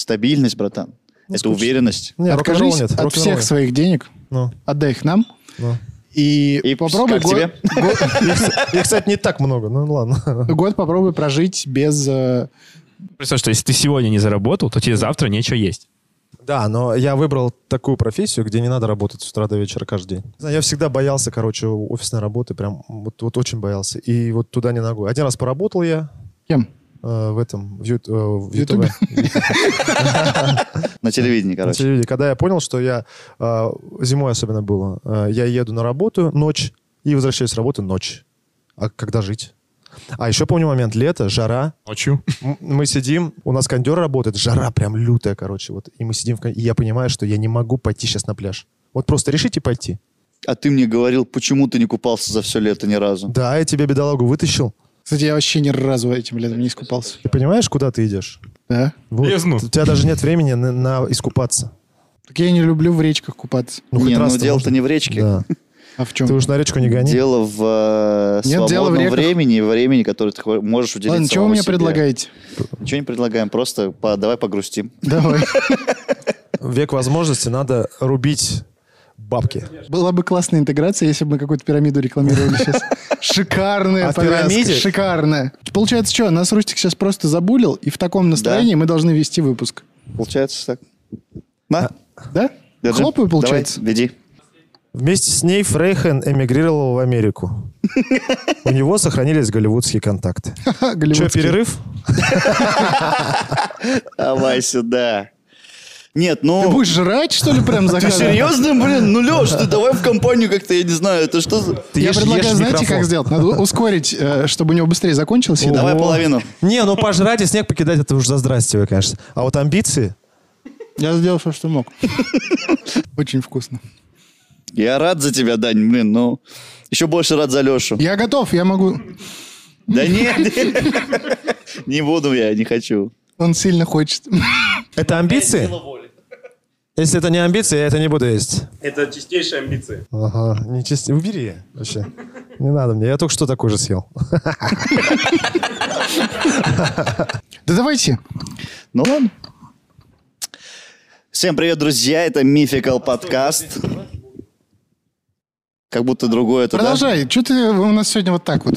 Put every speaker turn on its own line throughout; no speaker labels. стабильность, братан.
Ну,
это
скучно.
уверенность.
Не, рок-н-ролла
Откажись
нет.
от
рок-н-ролла
всех
нет.
своих денег,
Ну,
отдай их нам
ну.
и,
И
попробуй
как
год,
тебе?
год-
Их, кстати, не так много, ну ладно.
год попробуй прожить без... э,
Представь, что если ты сегодня не заработал, то тебе завтра нечего есть.
Да, но я выбрал такую профессию, где не надо работать с утра до вечера каждый день. Не знаю, Я всегда боялся, короче, офисной работы, прям вот, вот очень боялся. И вот туда не ногой. Один раз поработал я
Кем?
э, в этом, в, ют- э, в
В Ютубе.
Ютубе.
На телевидении, короче.
Знаете, люди, когда я понял, что я э, зимой особенно было, э, я еду на работу ночь и возвращаюсь с работы ночь. А когда жить? А еще помню момент лето, жара.
Ночью.
М- Мы сидим, у нас кондер работает, жара прям лютая, короче, вот. И мы сидим, в кон- и я понимаю, что я не могу пойти сейчас на пляж. Вот просто решите пойти.
А ты мне говорил, почему ты не купался за все лето ни разу.
Да, я тебе бедолагу вытащил.
Кстати, я вообще ни разу этим летом не искупался.
Ты понимаешь, куда ты идешь?
Да?
Вот.
Бездну.
У тебя даже нет времени на, на искупаться.
Так я не люблю в речках купаться.
Ну, хоть
не, ну
раз-то
дело-то
можно.
не в речке.
Да.
А в чем?
Ты уж на речку не гони.
Дело в э,
Нет,
свободном
дело в реках.
времени, и времени, которое ты хва- можешь уделить
Ладно, чего
самому
вы мне
себе.
предлагаете?
Ничего не предлагаем, просто по- давай погрустим.
Давай.
Век возможности надо рубить бабки.
Была бы классная интеграция, если бы мы какую-то пирамиду рекламировали сейчас. Шикарная
От
повязка,
А пирамиде?
шикарная. Получается, что, нас Рустик сейчас просто забулил, и в таком настроении мы должны вести выпуск.
Получается так. На.
Да?
держи.
А, Хлопаю, получается?
Давай, веди.
Вместе с ней Фрейхен эмигрировал в Америку. У него сохранились голливудские контакты.
Ха,
Че,
голливудский.
перерыв?
Давай сюда. Нет,
Ты
ну...
будешь жрать, что ли, прям за
Ты
кадром?
серьезно, блин? Ну, Леш, ты давай в компанию как-то, я не знаю, это что за...
Ты
я
ешь-
предлагаю,
ешь
знаете,
микрофон.
как сделать? Надо ускорить, э, чтобы у него быстрее закончилось. еда.
Давай
О.
половину.
Не, ну пожрать и снег покидать, это уже за здрасте вы, конечно. А вот амбиции...
Я сделал все, что мог. Очень вкусно.
Я рад за тебя, Дань, блин, ну... Еще больше рад за Лешу.
Я готов, я могу.
Да нет, не буду я, не хочу.
Он сильно хочет.
Это амбиции? Если это не амбиции, я это не буду есть.
Это чистейшая амбиция.
Ага, не чисто. Убери вообще. Не надо мне, я только что такой же съел.
Да давайте.
Ну ладно. Всем привет, друзья, это Мификал подкаст. Как будто другое это, да?
Продолжай. Что ты э, у нас сегодня вот так вот?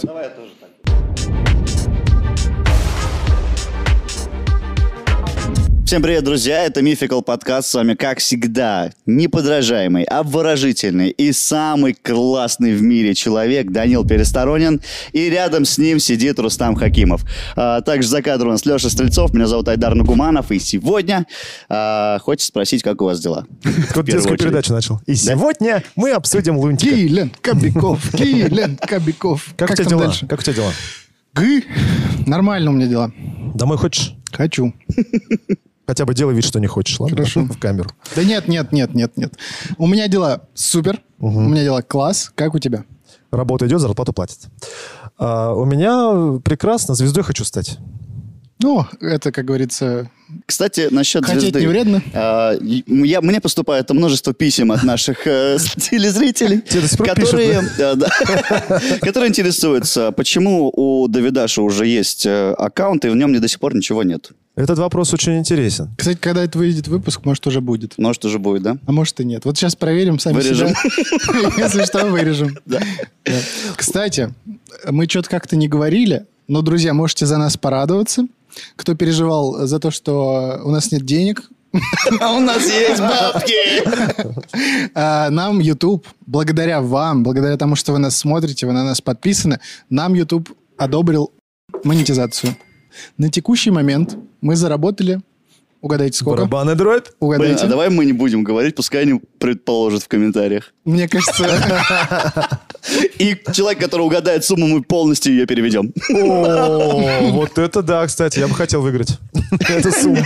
Всем привет, друзья! Это Мификал подкаст. С вами, как всегда, неподражаемый, обворожительный и самый классный в мире человек Данил Пересторонин. И рядом с ним сидит Рустам Хакимов. А, также за кадром у нас Леша Стрельцов. Меня зовут Айдар Нагуманов. И сегодня а, хочется спросить, как у вас дела?
Тут детскую передачу начал. И сегодня мы обсудим лунтика.
Гилен Кобяков, Гилен Кобяков.
Как у тебя
там
дела?
дальше?
Как у тебя дела?
Гы. Нормально у меня дела.
Домой хочешь?
Хочу.
Хотя бы делай вид, что не хочешь, ладно?
Хорошо.
В камеру.
Да нет, нет, нет, нет, нет. У меня дела супер. У меня дела класс. Как у тебя?
Работа идет, зарплату платит. А, у меня прекрасно, звездой хочу стать.
Ну, это, как говорится...
Кстати, насчет
Хотеть
звезды.
не вредно.
А, и- я, мне поступает множество писем от наших э, с- телезрителей,
Тебе до сих пор
которые, да, да. которые интересуются, почему у Давидаша уже есть э, аккаунт, и в нем не до сих пор ничего нет.
Этот вопрос очень интересен.
Кстати, когда это выйдет выпуск, может, уже будет.
Может, уже будет, да?
А может и нет. Вот сейчас проверим сами
Вырежем.
себя. Если что, вырежем. Да. Кстати, мы что-то как-то не говорили, но, друзья, можете за нас порадоваться. Кто переживал за то, что у нас нет денег,
А у нас есть бабки!
А, Нам YouTube, благодаря вам, благодаря тому, что вы нас смотрите, вы на нас подписаны, нам YouTube одобрил монетизацию. На текущий момент мы заработали, угадайте сколько?
Барабан и дробь.
Блин, а
Угадайте.
давай мы не будем говорить, пускай они предположат в комментариях.
Мне кажется,
И человек, который угадает сумму, мы полностью ее переведем.
О, вот это да, кстати, я бы хотел выиграть. Это сумма.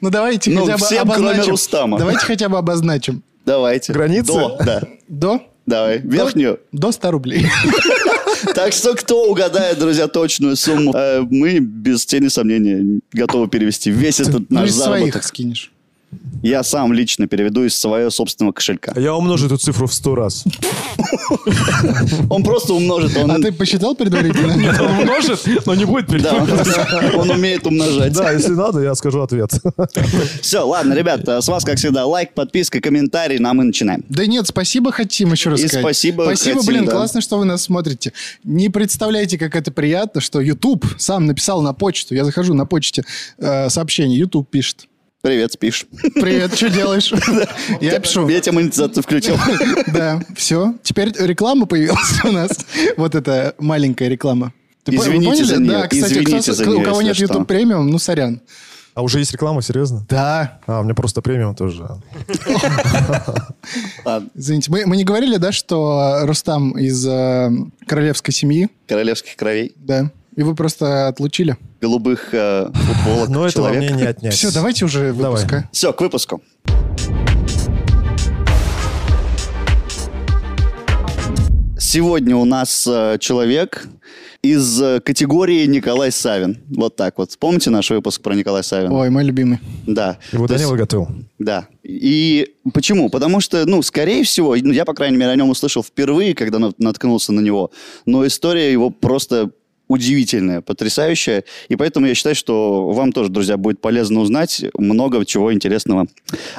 ну давайте
Ну,
хотя бы
всем, кроме
обозначим.
Рустама.
Давайте хотя бы обозначим.
Давайте.
Границы?
До, да.
До?
Давай,
до-
верхнюю.
До 100 рублей.
Так что кто угадает, друзья, точную сумму, э, мы без тени сомнения готовы перевести весь этот
Ну,
наш
из своих
заработок.
скинешь.
Я сам лично переведу из своего собственного кошелька.
Я умножу эту цифру в сто раз.
Он просто умножит,
Э, А
он...
ты посчитал предварительно?
Он умножит, но не будет
Да,
переходить.
он- он умеет умножать.
Да, если надо, я скажу ответ.
Все, ладно, ребят, с вас, как всегда, лайк, подписка, комментарий, нам и начинаем.
Да нет, спасибо хотим еще раз
И
сказать.
спасибо
Спасибо,
хотим,
блин,
да.
классно, что вы нас смотрите. Не представляете, как это приятно, что YouTube сам написал на почту. Я захожу на почте э, сообщение, YouTube пишет.
Привет, спишь.
Привет, что делаешь? Я пишу.
Я тебе монетизацию включил.
Да, все. Теперь реклама появилась у нас. Вот эта маленькая реклама. Ты по- вы
Извините
поняли?
за неё,
Да, кстати,
извините
кто-
за
у
неё,
кого
если
нет
что.
YouTube премиум, ну сорян.
А уже есть реклама, серьезно?
Да.
А, у меня просто премиум тоже.
Ладно,
Извините, мы, мы не говорили, да, что Рустам из э, королевской семьи,
королевских кровей,
да, его просто отлучили.
голубых э, футболок
Ну,
Но этого мне не отнять.
Все, давайте уже
Давай.
выпуска.
Все, к выпуску. Сегодня у нас э, человек из э, категории Николай Савин. Вот так вот. Помните наш выпуск про Николая Савина?
Ой, мой любимый.
Да.
Его
То есть-
Данила готовил.
Да. И почему? Потому что, ну, скорее всего, ну, я, по крайней мере, о нем услышал впервые, когда на- наткнулся на него, но история его просто удивительная, потрясающая, и поэтому я считаю, что вам тоже, друзья, будет полезно узнать много чего интересного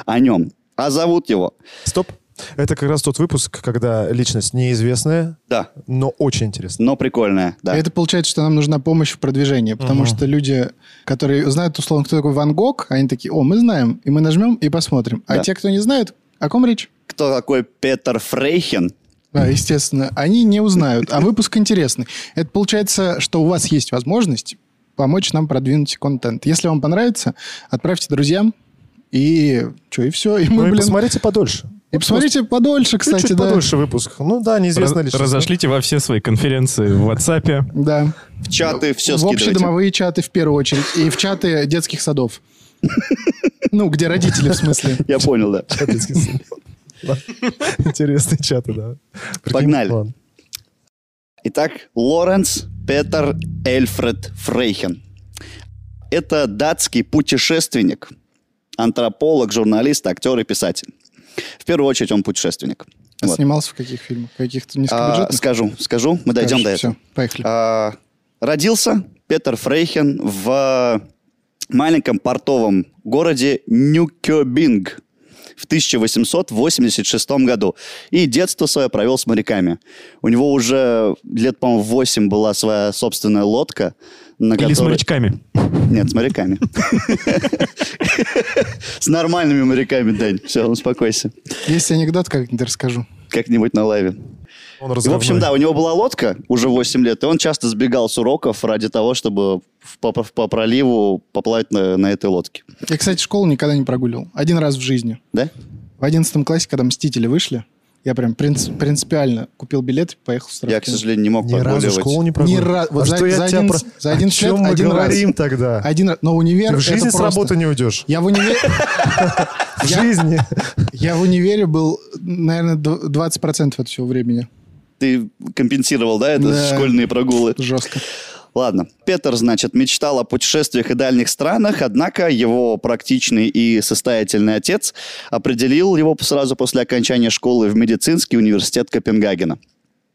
о нем. А зовут его?
Стоп. Это как раз тот выпуск, когда личность неизвестная,
Да,
но очень интересная.
но прикольная, да.
Это получается, что нам нужна помощь в продвижении, потому что люди, которые знают, условно, кто такой Ван Гог, они такие, о, мы знаем, и мы нажмем и посмотрим. А
Да.
те, кто не знает, о ком речь?
Кто такой Петер Фрейхен?
Да, естественно, они не узнают. А выпуск интересный. Это получается, что у вас есть возможность помочь нам продвинуть контент. Если вам понравится, отправьте друзьям. И что, и все. И мы,
Ну и
блин...
посмотрите подольше.
И посмотрите подольше,
Кстати,
кстати, да.
подольше выпуск. Ну да, неизвестная
Раз-
личность.
Разошлите во все свои конференции в WhatsApp.
Да.
В чаты все
в
скидывайте.
общедомовые чаты в первую очередь. И в чаты детских садов. Ну, где родители, в смысле.
Я понял, да.
Интересные чаты, да. Прикинь,
Погнали.
ладно.
Итак, Лоренс Петер Эльфред Фрейхен. Это датский путешественник, антрополог, журналист, актер и писатель. В первую очередь он путешественник.
А
Вот.
Снимался в каких фильмах? Каких-то
А,
низкобюджетных?
скажу, скажу, мы дойдем до
Короче,
этого.
всё, поехали.
А, родился Петер Фрейхен в маленьком портовом городе Нюкёбинг в 1886 году. И детство свое провел с моряками. У него уже лет, по-моему, 8 была своя собственная лодка. На
Или с
которой-
морячками.
Нет, с моряками. С нормальными моряками, Дань. Все, успокойся.
Есть анекдот, как-нибудь расскажу.
Как-нибудь на лайве.
Он
И, в общем,
разрывной.
да, у него была лодка уже 8 лет, и он часто сбегал с уроков ради того, чтобы в- по, по проливу поплавать на, на этой лодке.
Я, кстати, школу никогда не прогуливал. Один раз в жизни.
Да?
В 11 классе, когда «Мстители» вышли, я прям принц- принципиально купил билет и поехал в
Я,
Саратовский.
к сожалению, не мог
Ни разу
прогуливать.
школу не
Ни
прогулял.
ра- вот
а
за-
что я
за
тебя
один-
про-
за один
О чем
свет
мы
один раз.
говорим тогда?
Один раз. Но универ
Ты в
это
жизни с
просто-
работы не уйдешь.
Я в универе...
В
Я-
жизни.
Я в универе был, наверное, дв- 20% от всего времени.
Ты компенсировал, да, это
Да.
школьные прогулы?
Жестко.
Ладно. Петер, значит, мечтал о путешествиях и дальних странах, однако его практичный и состоятельный отец определил его сразу после окончания школы в медицинский университет Копенгагена.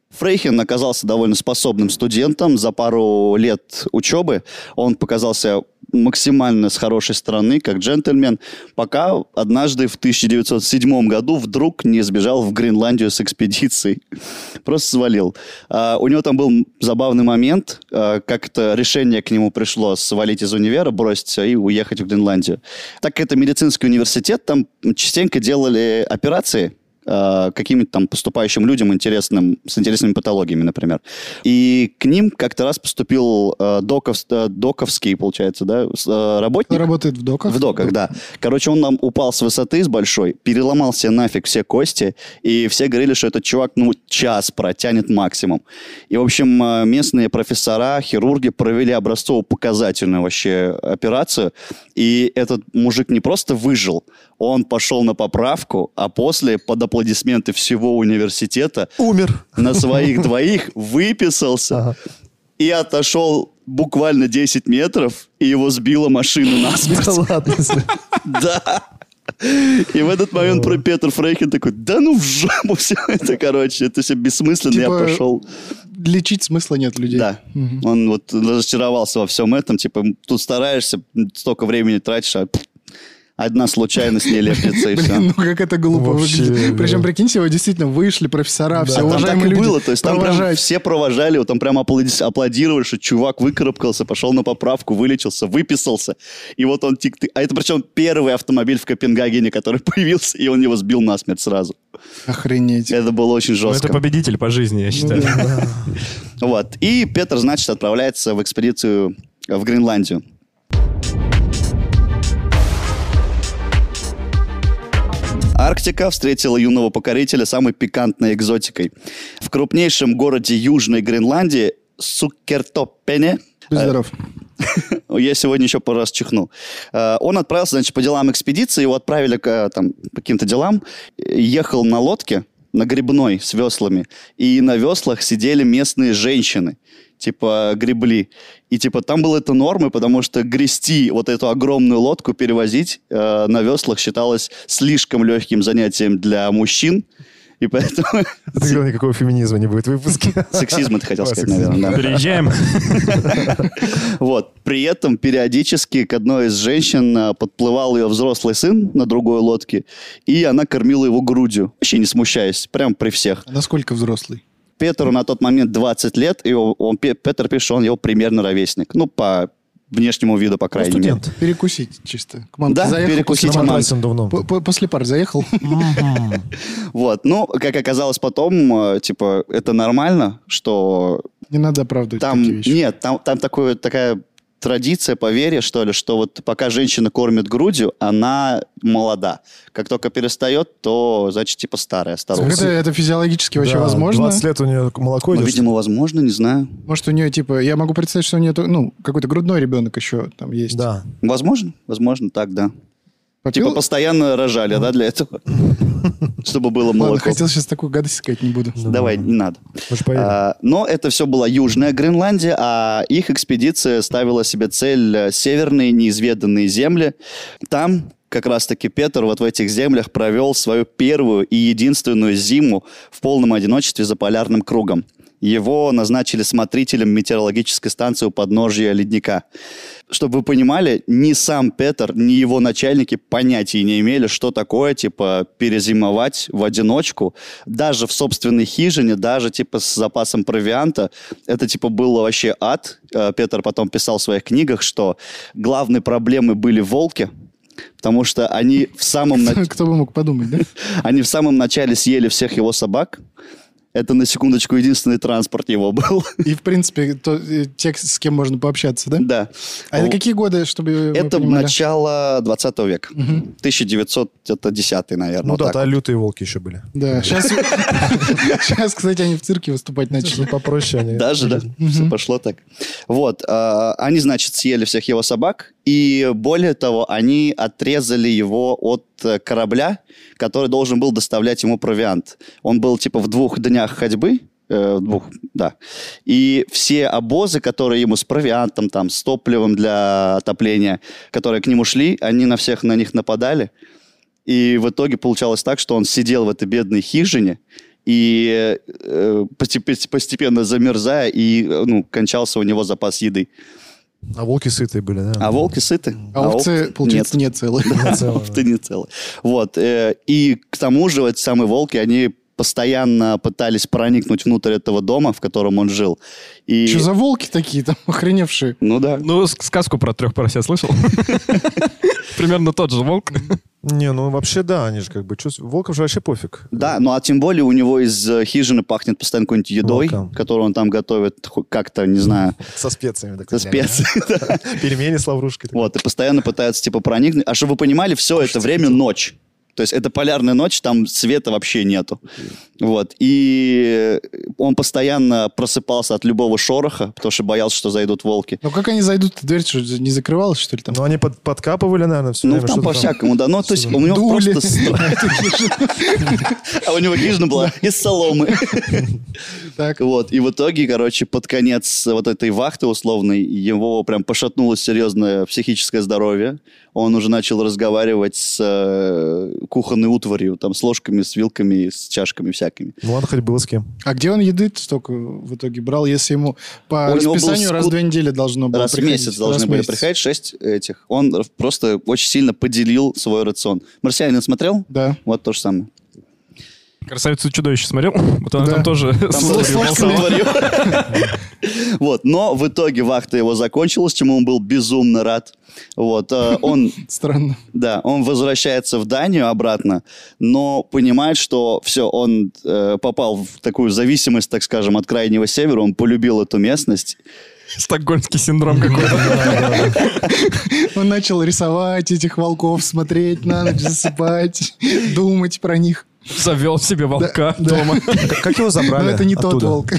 Фрейхен оказался довольно способным студентом. За пару лет учебы он показался максимально с хорошей стороны, как джентльмен, пока однажды в 1907 году вдруг не сбежал в Гренландию с экспедицией. Просто свалил. А, у него там был м- забавный момент, а, как-то решение к нему пришло свалить из универа, бросить все и уехать в Гренландию. Так как это медицинский университет, там частенько делали операции, э, каким-то там поступающим людям интересным, с интересными патологиями, например. И к ним как-то раз поступил э, доков- э, доковский, получается, да, с- э,
Кто
работник.
работает в доках?
В доках, да. Короче, он нам упал с высоты с большой, переломал себе нафиг все кости, и все говорили, что этот чувак, ну, час протянет максимум. И, в общем, э, местные профессора, хирурги провели образцово-показательную вообще операцию, и этот мужик не просто выжил, он пошел на поправку, а после, под аплодисменты всего университета,
Умер.
на своих двоих выписался
Ага.
и отошел буквально 10 метров, и его сбила машина насмерть.
Да ладно.
Да. И в этот момент про Петр Фрейкин такой, да ну в жопу все это, короче, это все бессмысленно, я
Типа,
пошел.
Лечить смысла нет людей.
Да,
Мгм.
он вот разочаровался во всем этом, типа, тут стараешься, столько времени тратишь, а пф, одна случайность не лепится, и все.
Блин, ну как это глупо
Вообще,
выглядит.
да.
Причем, прикиньте, его действительно вышли профессора,
А
все
там так
уважаемые
и
люди.
было, то есть там прям
провожают.
все провожали, вот там прям аплоди- аплодировали, что чувак выкарабкался, пошел на поправку, вылечился, выписался, и вот он тик А это причем первый автомобиль в Копенгагене, который появился, и он его сбил насмерть сразу.
Охренеть.
Это было очень
Ну, это
жестко.
победитель по жизни, я считаю.
Вот. И Петр, значит, отправляется в экспедицию в Гренландию. Арктика встретила юного покорителя самой пикантной экзотикой. В крупнейшем городе Южной Гренландии Суккертопене
Будь здоров.
Ну, я сегодня еще пару раз чихнул. Э, Он отправился, значит, по делам экспедиции, его отправили к, э, там, по каким-то делам, Э, ехал на лодке, на грибной с веслами, и на веслах сидели местные женщины, типа гребли. И типа там было это нормой, потому что грести вот эту огромную лодку, перевозить э, на веслах считалось слишком легким занятием для мужчин, и поэтому...
Ты говорил, никакого феминизма не будет в выпуске.
Сексизм ты хотел
Да,
сказать,
сексизм.
Ну,
наверное, да.
Переезжаем.
Вот. При этом периодически к одной из женщин а, подплывал ее взрослый сын на другой лодке, и она кормила его грудью, вообще не смущаясь, прям при всех.
А Насколько взрослый?
Петру на тот момент 20 лет, и он, он- Пе- Петр пишет, что он его примерно ровесник. Ну, по внешнему виду, по крайней мере.
Студент.
Перекусить чисто. К мамке
Да,
заехал,
перекусить
после
мамке.
пар-
Матрасом давно.
по- по- После пар заехал.
Вот. Ну, как оказалось потом, э, типа, это нормально, что
Не надо оправдывать
там...
такие вещи.
Нет, там, там такое, такая традиция, поверье, что ли, что вот пока женщина кормит грудью, она молода. Как только перестает, то, значит, типа старая старуха.
Это, это физиологически вообще
Да,
возможно.
20 лет у нее молоко
Ну,
идет.
видимо, возможно, не знаю.
Может, у нее, типа, я могу представить, что у нее, ну, какой-то грудной ребенок еще там есть.
Да.
Возможно, возможно, так, да.
Попил?
Типа постоянно рожали, да, для этого? Чтобы было
Ладно,
молоко.
хотел сейчас такую гадость сказать, не буду.
Давай, не надо.
Мы же поедем.
А, Но это все была Южная Гренландия, а их экспедиция ставила себе цель э, северные неизведанные земли. Там как раз-таки Петр вот в этих землях провел свою первую и единственную зиму в полном одиночестве за полярным кругом. Его назначили смотрителем метеорологической станции у подножья ледника. Чтобы вы понимали, ни сам Петр, ни его начальники понятия не имели, что такое, типа, перезимовать в одиночку, даже в собственной хижине, даже, типа, с запасом провианта. Это, типа, было вообще ад. Э, Петр потом писал в своих книгах, что главной проблемой были волки, потому что они в самом... нач-
Кто бы мог подумать, да?
они в самом начале съели всех его собак. Это, на секундочку, единственный транспорт его был.
И, в принципе, то- э, те, с кем можно пообщаться, да?
Да. Ну,
А это какие годы, чтобы
Это
вы понимали?
начало 20 века. 1910, наверное.
Ну
вот
да,
так.
та лютые волки еще были.
Да, сейчас, сейчас, кстати, они в цирке выступать начали.
Попроще они.
Даже, да? Все пошло так. Вот. а, Они, значит, съели всех его собак. И более того, они отрезали его от э, корабля, который должен был доставлять ему провиант. Он был, типа, в двух днях ходьбы. э, в двух, да. И все обозы, которые ему с провиантом, там, с топливом для отопления, которые к нему шли, они на всех на них нападали. И в итоге получалось так, что он сидел в этой бедной хижине и э, постеп- постепенно замерзая, и э, ну, кончался у него запас еды.
А волки сытые были, да?
А волки сыты.
А овцы,
ов-
получается, не целые.
В
нет.
целом,
Овцы не целы. Вот. э, и к тому же эти самые волки, они постоянно пытались проникнуть внутрь этого дома, в котором он жил. И...
Что за волки такие там, охреневшие?
Ну да.
Ну, с- сказку про трех поросят слышал? Примерно тот же волк.
Не, ну вообще да, они же как бы чувствуют. Волкам же вообще пофиг.
Да, ну а тем более у него из э, хижины пахнет постоянно какой-нибудь едой,
Волкам.
которую он там готовит ху- как-то, не знаю,
Со специями. так
со
сказать.
специями. да.
Пельмени с лаврушкой.
Вот, и постоянно пытаются, типа, проникнуть. А чтобы вы понимали, все это время ночь. То есть это полярная ночь, там света вообще нету. Вот. И он постоянно просыпался от любого шороха, потому что боялся, что зайдут волки.
Ну как они зайдут, дверь что, не закрывалась, что ли, там?
Ну, они под- подкапывали, наверное, все
Ну,
время.
там
что-то
по-всякому, да. Ну, то есть у него
Дули.
просто... стра- А у него хижина была из соломы.
Так.
Вот. И в итоге, короче, под конец вот этой вахты условной его прям пошатнуло серьезное психическое здоровье. Он уже начал разговаривать с э, кухонной утварью, там, с ложками, с вилками, с чашками всякими.
Ну, ладно, хоть было с кем.
А где он еды столько в итоге брал, если ему по
У него был
расписанию раз в
скут-
две недели должно было
Раз в
приходить?
месяц
Ну, Раз
должны
в
были
месяц.
приходить шесть этих. Он р- просто очень сильно поделил свой рацион. «Марсианин» смотрел?
Да.
Вот то же самое.
Красавицу и чудовище смотрел. Вот она
Да.
там тоже...
Там
с
было
ложкой
ложками.
болтала.
Вот, но в итоге вахта его закончилась, чему он был безумно рад. Вот, э, он
Странно.
Да, он возвращается в Данию обратно, но понимает, что все, он э, попал в такую зависимость, так скажем, от Крайнего Севера, он полюбил эту местность.
Стокгольмский синдром какой-то.
Он начал рисовать этих волков, смотреть на ночь, засыпать, думать про них.
Завел себе волка
Да.
дома.
Как как его
Но
забрали
Ну, это не тот
оттуда?
волк.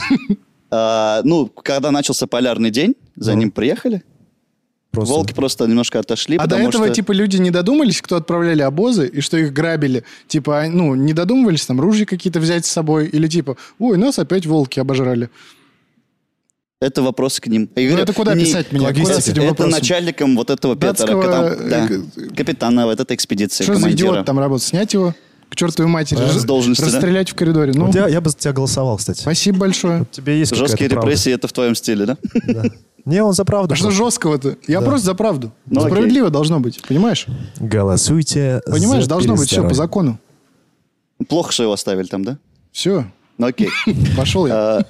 А, ну, когда начался полярный день, за
Ну.
ним приехали,
Просто.
волки просто немножко отошли,
А до
потому
этого,
что...
типа, люди не додумались, кто отправляли обозы, и что их грабили. Типа, а, ну, не додумывались там ружья какие-то взять с собой, или типа, ой, нас опять волки обожрали.
Это вопрос к ним. Я
Ну,
говорю,
это куда
не-
писать меня? Куда с
логистике.
этим
это
вопросом?
начальником вот этого Петра,
Датского,
капитан- да,
э,
капитана вот этой экспедиции,
Что за
командира.
идиот там работает? Снять его? К чертовой матери.
С
Раз-
должности, да?
Расстрелять в коридоре. Ну,
Вот я, я бы за тебя голосовал, кстати.
спасибо большое.
Тебе есть какая-то
Жесткие
правда.
репрессии, это в твоем стиле, да?
Да. Не, он за правду.
А что
был.
жесткого-то? Я
Да.
просто за правду.
Ну, окей.
Справедливо должно быть, понимаешь?
Голосуйте
Понимаешь,
за
должно быть все по
пересторон.
закону.
Плохо, что его оставили там, да?
Все,
Ну окей.
пошел я.
А,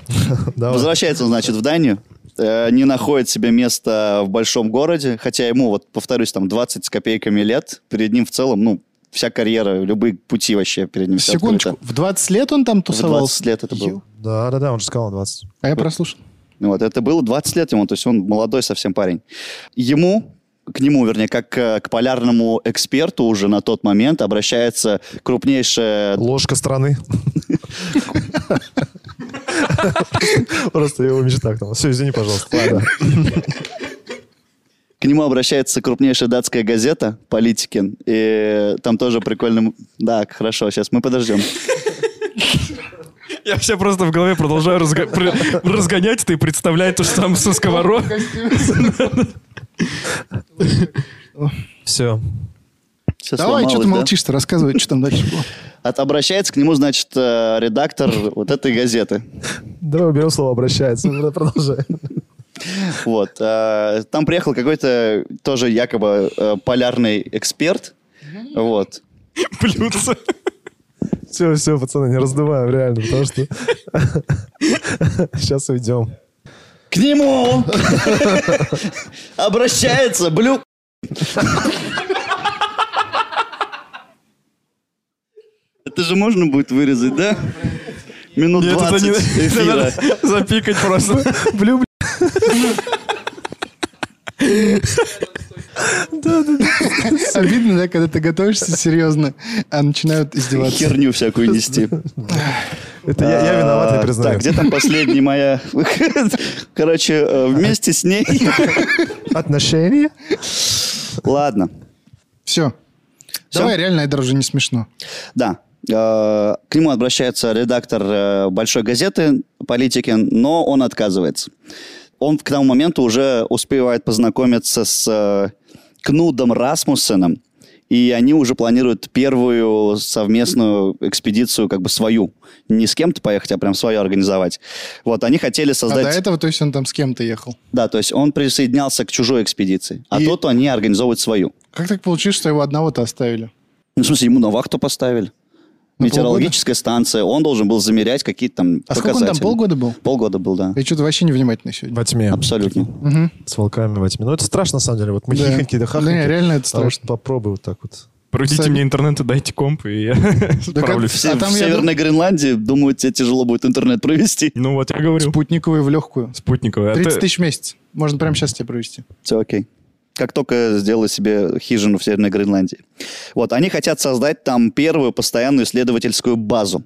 Давай.
Возвращается он, значит, в Данию, э, не находит себе места в большом городе, хотя ему, вот повторюсь, там 20 с копейками лет, перед ним в целом, ну, вся карьера, любые пути вообще перед ним. А, всё
Секундочку,
открыто.
в 20 лет он там
В
тусовался?
20 лет это было.
Ё-
Да-да-да, он же сказал 20.
А я прослушал.
Вот, это было 20 лет ему, то есть он молодой совсем парень. Ему, к нему, вернее, как э, к полярному эксперту уже на тот момент обращается крупнейшая...
Ложка страны. Просто его мечта. Все, извини, пожалуйста. Ладно.
К нему обращается крупнейшая датская газета «Политикин». И там тоже прикольно... м- Да, хорошо, сейчас мы подождем.
Я все просто в голове продолжаю разго- при- разгонять это и представлять то, что там со сковородой.
Все.
Всё
Давай, что
сломалось,
ты
да?
молчишь-то, рассказывай, что там дальше было.
От, обращается к нему, значит, э, редактор вот этой газеты.
Давай уберем слово «обращается». Продолжай.
Вот. э, Там приехал какой-то тоже якобы э, полярный эксперт. Вот.
Блюдце.
Все, все, пацаны, не раздуваем, реально, потому что... Сейчас уйдем.
К нему обращается блю... Это же можно будет вырезать, да? Минут
Нет, это
20
не- это
эфира.
надо запикать просто.
Блю, блю.
Обидно, да, когда ты готовишься серьезно, а начинают издеваться.
Херню всякую нести.
Это я, я виноват, я
А,
признаю.
Так, где там последняя моя... Короче, э, вместе с ней...
Отношения?
Ладно,
Все. Давай, реально, это уже не смешно.
да. Э, К нему обращается редактор э, большой газеты «Политики», но он отказывается. Он к тому моменту уже успевает познакомиться с э, Кнудом Расмуссеном, и они уже планируют первую совместную экспедицию, как бы свою. Не с кем-то поехать, а прям свою организовать. Вот, они хотели
А
создать...
до этого, то есть, он там с кем-то ехал.
Да, то есть он присоединялся к чужой экспедиции, а
И-
тут они организовывают свою.
Как так получилось, что его одного-то оставили?
Ну, в смысле, ему на вахту поставили.
На
Метеорологическая станция, он должен был замерять какие-то там
А сколько
показатели.
он там, полгода был?
Полгода был, да.
Я что-то вообще невнимательный сегодня.
Во тьме.
Абсолютно.
Мгм.
С волками во тьме. Ну, это страшно, на самом деле. Вот мы
Да.
хихоньки да хахоньки.
Да, реально это
Потому что
страшно.
Попробуй вот так вот.
Прудите
Сами-
мне интернет и дайте комп, и я
как
справлюсь.
в-
Все-
А там
в
я
Северной Гренландии, думаю, тебе тяжело будет интернет провести.
Ну вот я говорю.
Спутниковый в легкую.
Спутниковый. А
30
ты-
тысяч в месяц. Можно прямо сейчас тебе провести.
Все окей. Как только сделаю себе хижину в Северной Гренландии. Вот, они хотят создать там первую постоянную исследовательскую базу.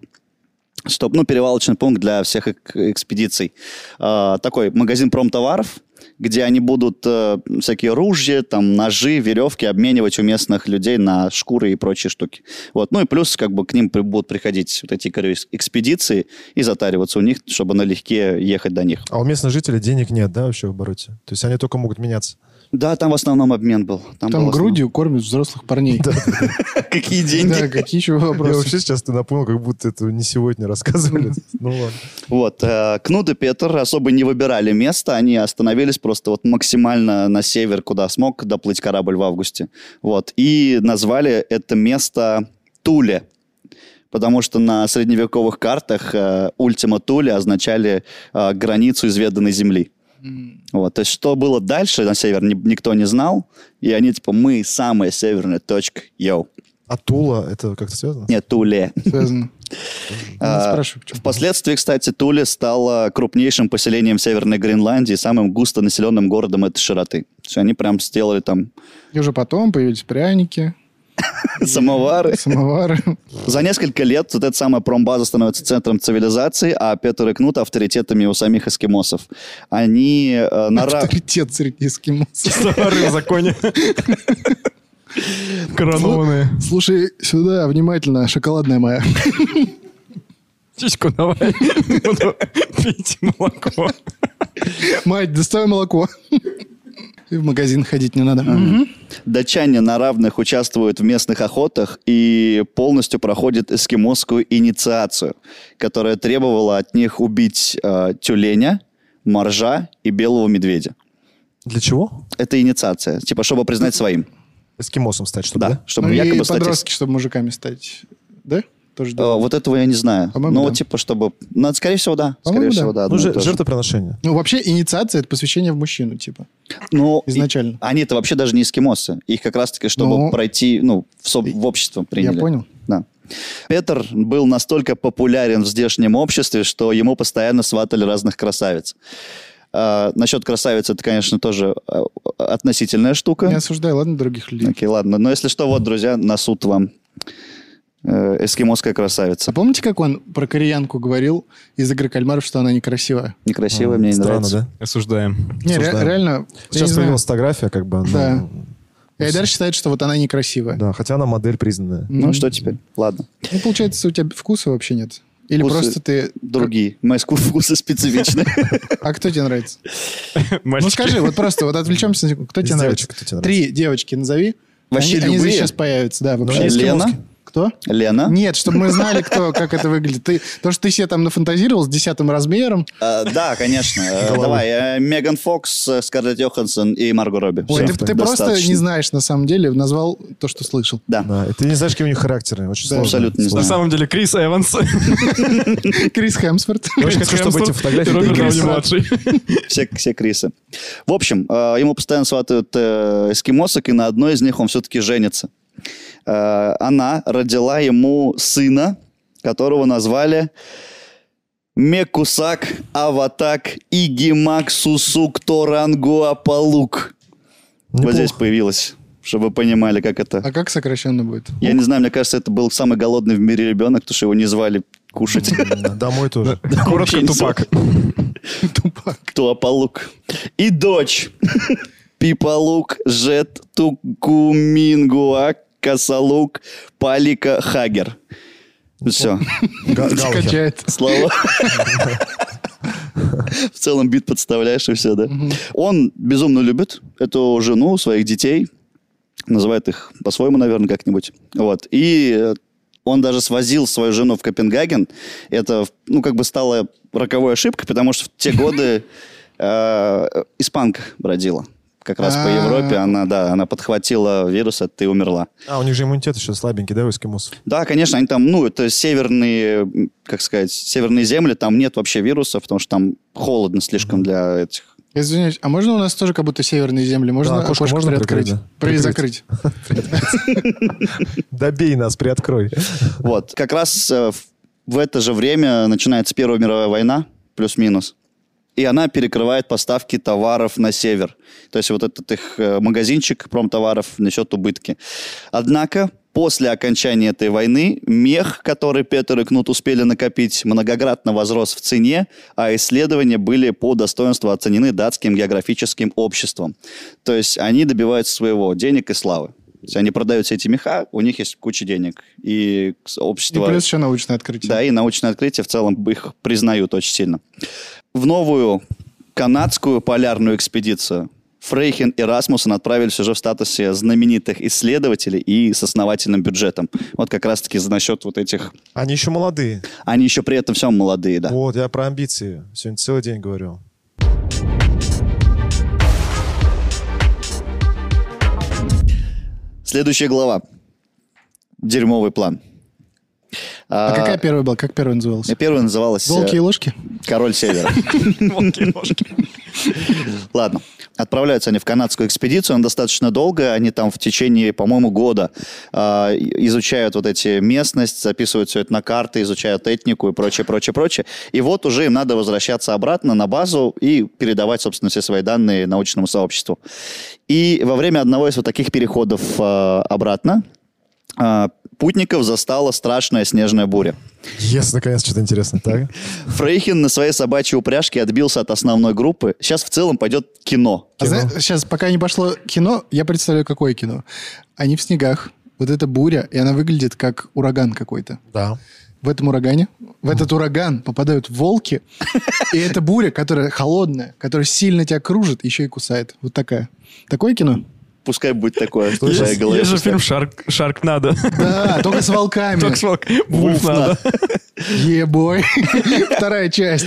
Стоп, ну, перевалочный пункт для всех эк- экспедиций. А, такой магазин промтоваров, где они будут э, всякие ружья, там, ножи, веревки обменивать у местных людей на шкуры и прочие штуки. Вот. Ну и плюс, как бы, к ним при- будут приходить вот эти корейс- экспедиции и затариваться у них, чтобы налегке ехать до них.
А у местных жителей денег нет, да, вообще в обороте? То есть они только могут меняться.
Да, там в основном обмен был. Там,
Там
был в основном-
грудью кормят взрослых парней.
Какие
Да,
деньги?
какие еще
Я
вопросы?
вообще сейчас ты напомнил, как будто это не сегодня рассказывали. Ну ладно.
Вот. э, Кнут и Петр особо не выбирали место, они остановились просто вот максимально на север, куда смог доплыть корабль в августе. Вот. И назвали это место Туле. Потому что на средневековых картах э, Ультима Туле означали э, границу изведанной земли.
М,
Вот, то есть, что было дальше на север, ни- никто не знал. И они, типа, мы самая северная точка, йоу.
А Тула, это как-то связано?
Нет, Туле.
Связано.
А,
Не спрашивай, почему.
Впоследствии, кстати, Туле стала крупнейшим поселением Северной Гренландии, самым густонаселенным городом этой широты. То есть они прям сделали там
И уже потом появились пряники,
самовары.
самовары.
За несколько лет вот эта самая промбаза становится центром цивилизации, а Петр и Кнут авторитетами у самих эскимосов. Они э, на ра-
Авторитет среди эскимосов.
Старые в законе. Коронованные.
Ну. Слушай сюда внимательно, шоколадная моя.
Чичку давай. Буду пить молоко.
Мать, доставай молоко. И в магазин ходить не надо. Мгм.
датчане на равных участвуют в местных охотах и полностью проходят эскимосскую инициацию, которая требовала от них убить э, тюленя, моржа и белого медведя.
Для чего?
Это инициация, типа, чтобы признать своим.
Эскимосом стать, чтобы,
Да,
да?
чтобы
Ну и
якобы стать...
подростки, чтобы мужиками стать. Да? Тоже
Э,
да.
Вот этого я не знаю.
По-моему,
ну,
да.
типа, чтобы... Ну, это, скорее всего, да.
По-моему,
Скорее
да.
всего, да.
Ну,
одно и
же-
то же.
жертвоприношение.
Ну, вообще инициация — это посвящение в мужчину, типа,
Ну, и-
изначально.
они-то вообще даже не эскимосы. Их как раз-таки, чтобы
Ну,
пройти, ну, в, со- в общество приняли.
Я понял.
Да. Петр был настолько популярен в здешнем обществе, что ему постоянно сватали разных красавиц. А, насчет красавиц это, конечно, тоже э, относительная штука.
Не осуждай, ладно, других людей.
Окей, ладно. Но если что, вот, друзья, на суд вам Э, эскимосская
А
красавица.
помните, как он про кореянку говорил из «Игры кальмаров», что она некрасивая?
Некрасивая,
А,
мне не
Странно,
нравится.
да?
Осуждаем.
Не, ре-
Осуждаем.
реально. я не
Сейчас
знаю.
появилась фотография, как бы. ну,
Да. Айдар считает, что вот она некрасивая.
Да, хотя она модель признанная.
Ну,
Мгм.
что теперь? Ладно.
Ну, получается, у тебя вкуса вообще нет. Или
Вкусы-
просто ты...
Другие. Мои ску- вкусы специфичны.
А кто тебе нравится? Ну, скажи, вот просто, вот отвлечемся на секунду. Кто
Из
тебе нравится?
девочек кто тебе
Три девочки назови.
Вообще
они, они
любые?
сейчас появятся, да,
Ну,
вообще.
они
Лена?
эскимоски.
Кто?
А?
Лена?
Нет, чтобы мы знали, кто, как это выглядит. Ты, то, что ты себе там нафантазировал с десятым размером.
Э, Да, конечно. Э,
Головы.
Давай. э, Меган Фокс, э, Скарлетт Йоханссон и Марго Робби.
Ой,
Всё.
ты, ты просто
Достаточно.
не знаешь, на самом деле, назвал то, что слышал.
Да.
Да, и ты не знаешь, какие у них характеры. Очень
Да,
сложно.
абсолютно не
Сложно.
На самом деле Крис Эванс.
Крис Хемсворт.
Я очень
Крис
хочу, чтобы эти
Хемсворт
фотографии
и Роберт
были.
Дауни младший.
Все, все Крисы. В общем, э, ему постоянно сватают э, эскимосок, и на одной из них он все-таки женится. Э, она родила ему сына, которого назвали Мекусак Аватак Игимак Сусук Торангуапалук. Вот
Неплохо.
здесь появилось, чтобы вы понимали, как это.
А как сокращенно будет?
Я не знаю, мне кажется, это был самый голодный в мире ребенок, потому что его не звали кушать.
М, Домой тоже.
Коротко тупак.
Тупак.
Туапалук. И дочь. Пипалук, Жет, Тукумингуак, Косолук, Палика, Хагер. Все.
Га- Галхер.
Качает.
Слава. В целом бит подставляешь и все, да? Он безумно любит эту жену, своих детей. Называет их по-своему, наверное, как-нибудь. Вот. И э, он даже свозил свою жену в Копенгаген. Это, ну, как бы стало роковой ошибкой, потому что в те годы э, испанка бродила. Как раз по
А.
Европе она, да, она подхватила вирус, а ты умерла.
А, у них же иммунитет еще слабенький, да, у эскимосов?
Да, конечно, они там, ну, это северные, м, как сказать, северные земли, там нет вообще вирусов, потому что там холодно слишком для этих.
Извиняюсь, а можно у нас тоже как будто северные земли? Можно
Да, окошко
окошко
можно
приоткрыть?
прикрыть, да?
При-
Прикрыть.
закрыть.
Добей нас, приоткрой.
Вот, как раз э, в- в это же время начинается Первая мировая война, плюс-минус, и она перекрывает поставки товаров на север. То есть вот этот их э, магазинчик промтоваров несет убытки. Однако После окончания этой войны мех, который Петр и Кнут успели накопить, многократно возрос в цене, а исследования были по достоинству оценены датским географическим обществом. То есть они добиваются своего денег и славы. То есть они продают все эти меха, у них есть куча денег. И с-
И
общество...
плюс еще научное открытие.
Да, и научные открытия в целом их признают очень сильно. В новую канадскую полярную экспедицию Фрейхен и Расмуссен отправились уже в статусе знаменитых исследователей и с основательным бюджетом. Вот как раз-таки за насчет вот этих...
Они еще молодые.
Они еще при этом всем молодые, да.
Вот, я про амбиции сегодня целый день говорю.
Следующая глава. Дерьмовый план.
А какая первая была? Как первая называлась?
Первая называлась... э,
Волки и ложки?
Король Севера. Ладно. Отправляются они в канадскую экспедицию, она достаточно долго, они там в течение, по-моему, года а, и- изучают вот эти местность, записывают все это на карты, изучают этнику и прочее, прочее, прочее. И вот уже им надо возвращаться обратно на базу и передавать, собственно, все свои данные научному сообществу. И во время одного из вот таких переходов а, обратно а, путников застала страшная снежная буря.
Yes, наконец, что-то интересное, так?
Фрейхин на своей собачьей упряжке отбился от основной группы. Сейчас в целом пойдет кино.
А сейчас, пока не пошло кино, я представляю, какое кино. Они в снегах. Вот эта буря, и она выглядит как ураган какой-то.
Да.
В этом урагане, в этот ураган попадают волки, и это буря, которая холодная, которая сильно тебя кружит, еще и кусает. Вот такая. Такое кино?
Пускай будет такое. в
Есть,
твоей голове
есть же
пускай.
фильм «Шарк, Шарк надо».
Да, только с волками.
Только с волк-
Вульф
Вульф надо.
Ебой. Вторая часть.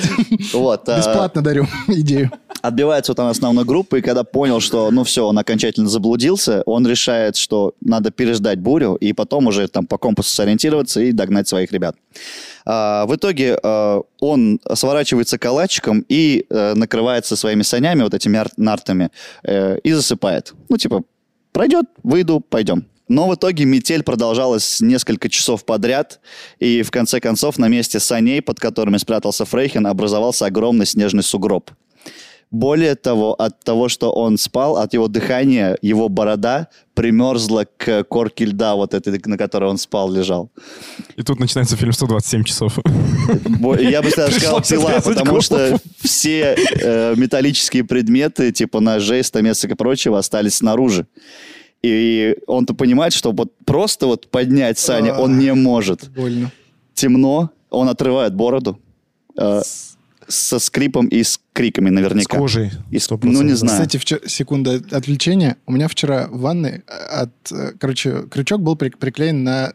Вот, а,
Бесплатно дарю идею.
Отбивается вот он от основной группы, и когда понял, что, ну все, он окончательно заблудился, он решает, что надо переждать бурю, и потом уже там по компасу сориентироваться и догнать своих ребят. А, в итоге а, он сворачивается калачиком и э, накрывается своими санями, вот этими ар- нартами, э, и засыпает. Ну, типа, пройдет, выйду, пойдем. Но в итоге метель продолжалась несколько часов подряд, и в конце концов на месте саней, под которыми спрятался Фрейхен, образовался огромный снежный сугроб. Более того, от того, что он спал, от его дыхания, его борода примерзла к корке льда, вот этой, на которой он спал, лежал.
И тут начинается фильм «127 часов».
Бо- Я бы даже сказал
Пришлось
пила,
отрезать
потому
голову.
что все э, металлические предметы, типа ножей, стамесок и прочего, остались снаружи. И он-то понимает, что вот просто вот поднять Саня он не может.
Больно.
Темно, он отрывает бороду. э, со скрипом и с криками
С
наверняка.
кожей.
И с-
100%.
ну, не знаю.
Кстати, вчера, секунда от- отвлечения. У меня вчера в ванной от, э, короче, крючок был при- приклеен на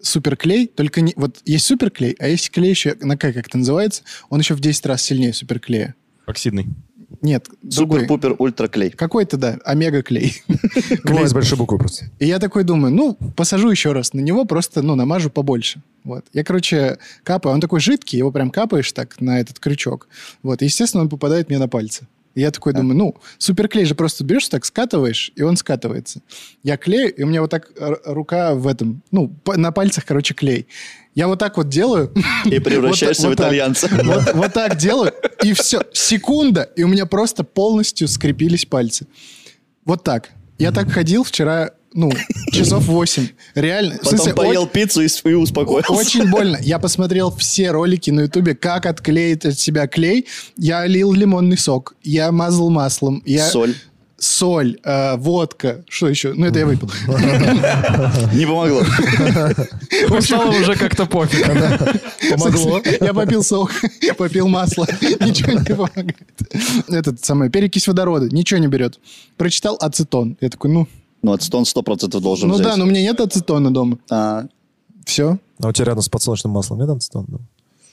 суперклей, только не... Вот есть суперклей, а есть клей еще, на К, как это называется, он еще в 10 раз сильнее суперклея.
Оксидный.
Нет, другой.
Супер-пупер ультраклей.
Какой-то, да, омега-клей.
Клей
Вот.
с большой буквы просто.
И я такой думаю, ну, посажу еще раз на него, просто, ну, намажу побольше. Вот. Я, короче, капаю. Он такой жидкий, его прям капаешь так на этот крючок. Вот. И, естественно, он попадает мне на пальцы. И я такой думаю, ну, суперклей же просто берешь, так скатываешь, и он скатывается. Я клею, и у меня вот так р- рука в этом, ну, п- на пальцах, короче, клей. Я вот так вот делаю.
И превращаешься
Вот
в
так, вот
итальянца.
Вот, вот так делаю, и все. Секунда, и у меня просто полностью скрепились пальцы. Вот так. Я так ходил вчера, ну, часов 8. Реально. В
Потом
смысле,
поел
о-
пиццу и, с- и успокоился.
Очень больно. Я посмотрел все ролики на Ютубе, как отклеить от себя клей. Я лил лимонный сок, я мазал маслом, я
Соль.
соль, э, водка, что еще? Ну это я выпил.
Не помогло.
Стало уже как-то пофиг.
Помогло.
Я попил сок, попил масло, ничего не помогает. Этот самый перекись водорода, ничего не берет. Прочитал ацетон. Я такой, ну,
Ну, ацетон 100% должен
ну
взять.
да, но у меня нет ацетона дома.
А,
Все.
А у тебя рядом с подсолнечным маслом нет ацетон? Да.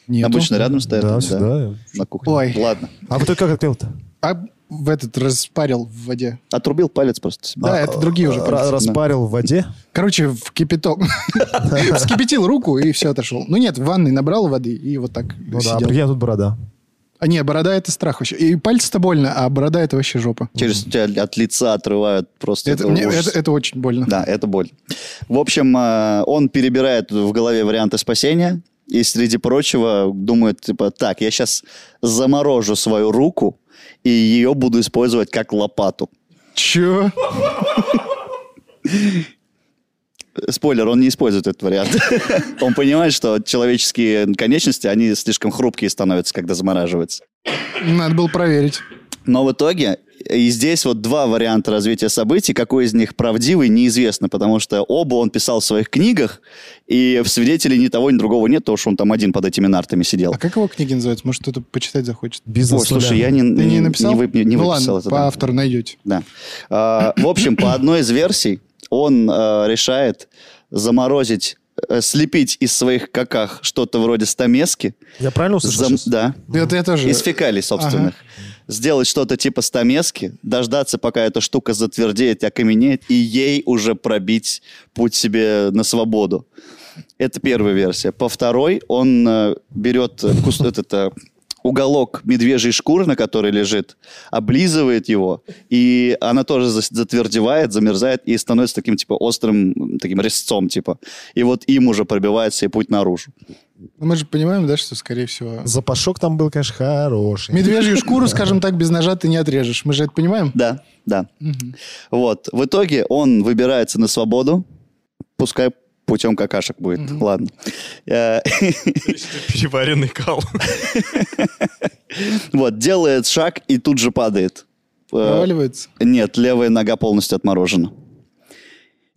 Нету.
обычно рядом стоят.
Да, всегда.
На кухне.
Ой.
Ладно.
А вот ты как отклеил-то?
А в этот распарил в воде.
Отрубил палец просто. А, себе.
Да, это другие уже
Ра-
пальцы.
Распарил в воде.
Короче, в кипяток. Вскипятил руку и все отошел. Ну нет, в ванной набрал воды и вот так
Ну да, а
сидел.
прикинь, а тут борода.
А не, борода это страх вообще. И пальцы-то больно, а борода это вообще жопа.
Через тебя от лица отрывают просто.
Это,
Это
мне-
ужас.
это, это очень больно.
Да, это боль. В общем, э, он перебирает в голове варианты спасения. И среди прочего думает, типа, так, я сейчас заморожу свою руку, и ее буду использовать как лопату.
Чё?
Спойлер, он не использует этот вариант. Он понимает, что человеческие конечности, они слишком хрупкие становятся, когда замораживаются.
Надо было проверить.
Но в итоге э, и здесь вот два варианта развития событий. Какой из них правдивый, неизвестно, потому что оба он писал в своих книгах, и в свидетелей ни того, ни другого нет, потому что он там один под этими нартами сидел.
А как его книги называются? Может, кто-то почитать захочет?
Ой,
Бизнес
слушай,
нуля.
я не,
Ты не написал?
вы- не- не
ну
выписал
ладно,
это,
по
да.
автору найдете.
Да. А, в общем, по одной из версий он э, решает заморозить, э, слепить из своих каках что-то вроде стамески.
Я правильно услышал?
Зам-
сейчас?
да.
Ну, Это я тоже...
Из фекалий собственных. Сделать что-то типа стамески, дождаться, пока эта штука затвердеет и окаменеет, и ей уже пробить путь себе на свободу. Это первая версия. По второй он э, берет э, кус- этот, э, уголок медвежьей шкуры, на которой лежит, облизывает его, и она тоже зас- затвердевает, замерзает и становится таким типа острым м, таким резцом типа. И вот им уже пробивается и путь наружу.
Ну, Мы же понимаем, да, что, скорее всего...
Запашок там был, конечно, хороший.
Медвежью шкуру, скажем так, без ножа ты не отрежешь. Мы же это понимаем?
Да, да.
Мгм.
Вот. В итоге он выбирается на свободу. Пускай путем какашек будет. Ладно. Э,
Переваренный кал.
Вот, делает шаг и тут же падает. Э,
Проваливается.
Нет, левая нога полностью отморожена.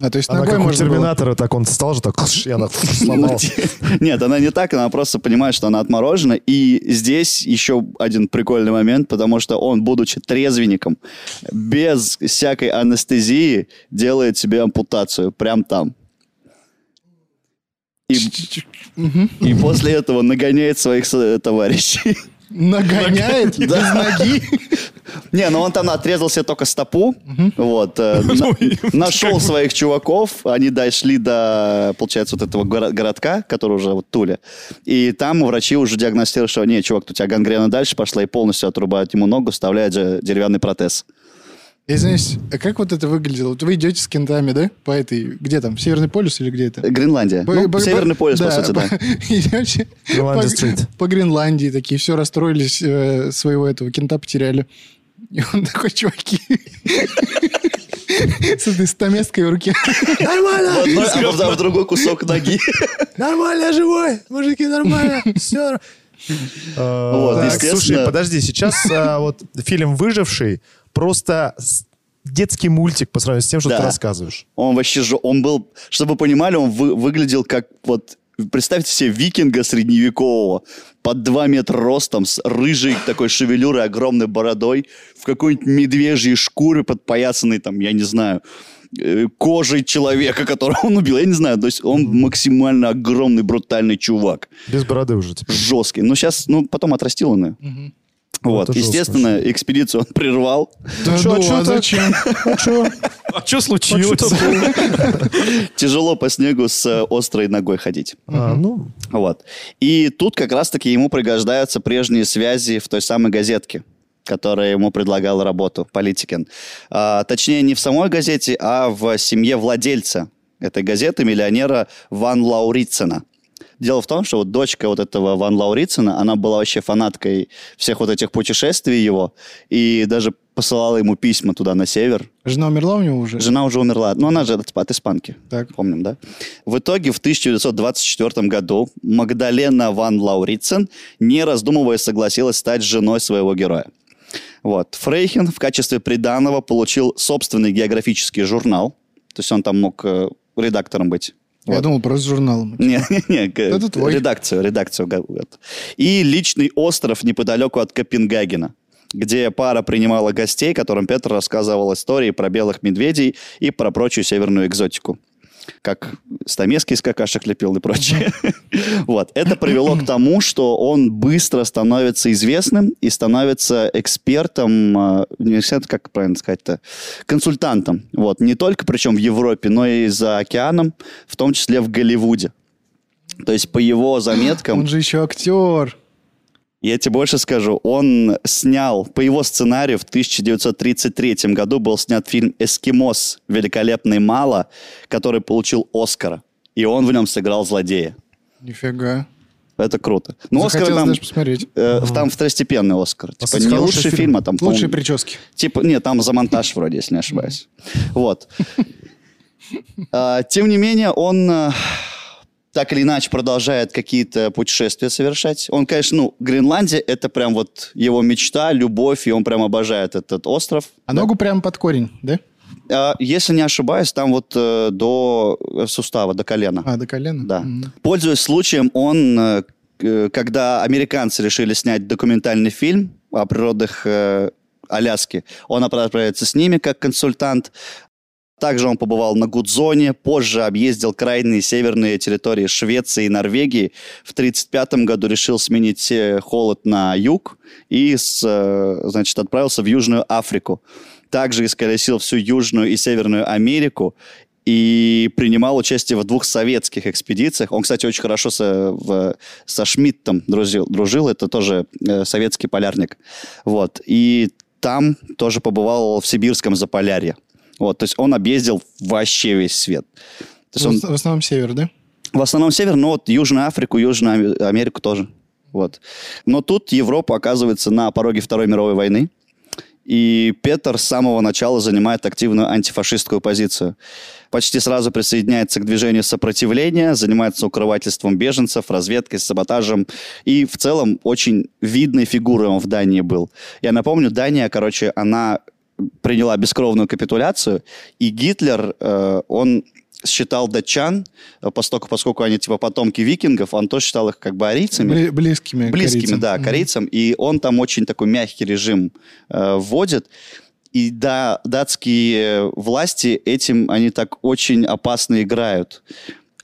А, то есть
Она
ногой
как у
можно было...
Терминатора, так он встал же, так, кш, и она
Ну,
сломалась.
те- Нет, она не так, она просто понимает, что она отморожена. И здесь еще один прикольный момент, потому что он, будучи трезвенником, без всякой анестезии делает себе ампутацию прям там. И, и после этого нагоняет своих со- товарищей.
Нагоняет без ноги.
Не, ну он там отрезал себе только стопу, вот, э, на- нашел своих чуваков, они дошли до, получается, вот этого горо- городка, который уже вот Туля, и там врачи уже диагностировали, что, не, чувак, у тебя гангрена дальше пошла, и полностью отрубают ему ногу, вставляют же деревянный протез.
Я Извиняюсь, а как вот это выглядело? Вот вы идете с кентами, да? По этой... Где там? Северный полюс или где это?
Э, Гренландия.
По-
Ну,
по-
Северный
по-
полюс, по сути, да.
Идете
Гренландия
по-
стрит.
По Гренландии такие, все расстроились, э, своего этого кента потеряли. И он такой, чуваки, с этой стаместкой в руке.
В
Нормально,
одной, а в- в другой кусок ноги.
нормально, живой, мужики, нормально, все.
Вот,
А, Слушай,
естественно.
подожди, сейчас а, вот фильм «Выживший» просто с- детский мультик по сравнению с тем, что
Да.
ты рассказываешь.
Он вообще же, он был, чтобы вы понимали, он вы- выглядел как вот, представьте себе викинга средневекового, под 2 метра ростом, с рыжей такой шевелюрой, огромной бородой, в какой-нибудь медвежьей шкуре, подпоясанной там, я не знаю, э, кожей человека, которого он убил, я не знаю, то есть он максимально огромный, брутальный чувак,
Без бороды уже теперь.
жесткий, но сейчас, ну, потом отрастил он ее. Вот,
Это жестко,
естественно, экспедицию он прервал,
Да
чё,
ну,
чё
а
ты?
зачем?
А что случилось?
тяжело по снегу с э, острой ногой ходить.
А, ну,
Вот. И тут как раз-таки ему пригождаются прежние связи в той самой газетке, которая ему предлагала работу, Политикин. А, точнее, не в самой газете, а в семье владельца этой газеты, миллионера Ван Лаурицена. Дело в том, что вот дочка вот этого Ван Лаурицена, она была вообще фанаткой всех вот этих путешествий его, и даже посылала ему письма туда, на север,
Жена умерла у него уже?
Жена уже умерла. Ну, она же от, от испанки.
Так.
Помним, да? В итоге в 1924 году Магдалена ван Лаурицен, не раздумывая, согласилась стать женой своего героя. Вот. Фрейхен в качестве приданого получил собственный географический журнал. То есть он там мог э, редактором быть.
Я
Вот.
думал, просто журналом.
Не, не, не, к-
Это твой.
редакцию, редакцию. га- вот. И личный остров неподалеку от Копенгагена, где пара принимала гостей, которым Петр рассказывал истории про белых медведей и про прочую северную экзотику. Как стамески из какашек лепил и прочее. Вот. Это привело к тому, что он быстро становится известным и становится экспертом, э, не эксперт, как правильно сказать-то, консультантом. Вот. Не только, причем в Европе, но и за океаном, в том числе в Голливуде. То есть, по его заметкам,
Он же еще актер.
я тебе больше скажу, он снял, по его сценарию в 1933 году был снят фильм «Эскимос. Великолепный Мало», который получил Оскара. И он в нем сыграл злодея.
Нифига.
Это круто. Ну, Оскар
Захотелось
там,
даже посмотреть.
э, там второстепенный Оскар. Типа,
кстати,
не
хороший
лучший
фильм.
фильм, а там...
Лучшие
по-моему,
прически.
Типа, нет, там за монтаж вроде, если не ошибаюсь. Вот. А, Тем не менее, он а, так или иначе продолжает какие-то путешествия совершать. Он, конечно, ну, Гренландия — это прям вот его мечта, любовь, и он прям обожает этот остров.
А ногу прям под корень, да?
А, Если не ошибаюсь, там вот э, до э, сустава, до колена.
А, до колена?
Да.
Мгм.
Пользуясь случаем, он, э, к- э, когда американцы решили снять документальный фильм о природах э, Аляски, он отправляется с ними как консультант. Также он побывал на Гудзоне, позже объездил крайние северные территории Швеции и Норвегии. В 1935 году решил сменить э, холод на юг и с, э, значит, отправился в Южную Африку. Также исколесил всю Южную и Северную Америку и принимал участие в двух советских экспедициях. Он, кстати, очень хорошо со, в- со Шмидтом дружил, дружил. Это тоже э, советский полярник. Вот. И там тоже побывал в сибирском Заполярье. Вот. То есть он объездил вообще весь свет. То есть
Ну, В
он-
ос- В основном север, да?
в основном север, но вот Южную Африку, Южную Ам- Америку тоже. Вот. Но тут Европа оказывается на пороге Второй мировой войны. И Петр с самого начала занимает активную антифашистскую позицию. Почти сразу присоединяется к движению сопротивления, занимается укрывательством беженцев, разведкой, саботажем. И в целом очень видной фигурой он в Дании был. Я напомню, Дания, короче, она приняла бескровную капитуляцию, и Гитлер, э, он считал датчан, э, поскольку, поскольку они типа потомки викингов, он тоже считал их как бы арийцами.
Бли- Близкими.
Близкими,
корейцам.
да,
Мгм.
корейцам. И он там очень такой мягкий режим э, вводит. И да, датские власти этим, они так очень опасно играют.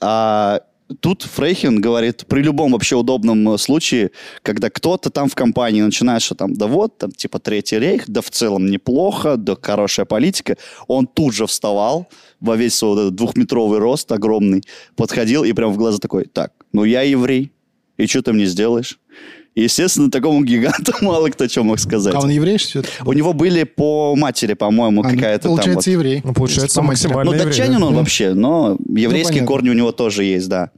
А тут Фрейхен говорит, при любом вообще удобном э, случае, когда кто-то там в компании начинает, что там, да вот, там типа Третий рейх, да в целом неплохо, да хорошая политика, он тут же вставал во весь свой вот этот двухметровый рост огромный, подходил и прям в глаза такой, так, ну я еврей, и что ты мне сделаешь? Естественно, такому гиганту мало кто что мог сказать.
А он еврей все-таки?
У него были по матери, по-моему, какая-то там... вот-
Получается, еврей.
Ну, получается,
По-моему,
максимально
ну,
еврей,
датчанин
да?
он вообще, но еврейские
понятно.
корни у него тоже есть, да.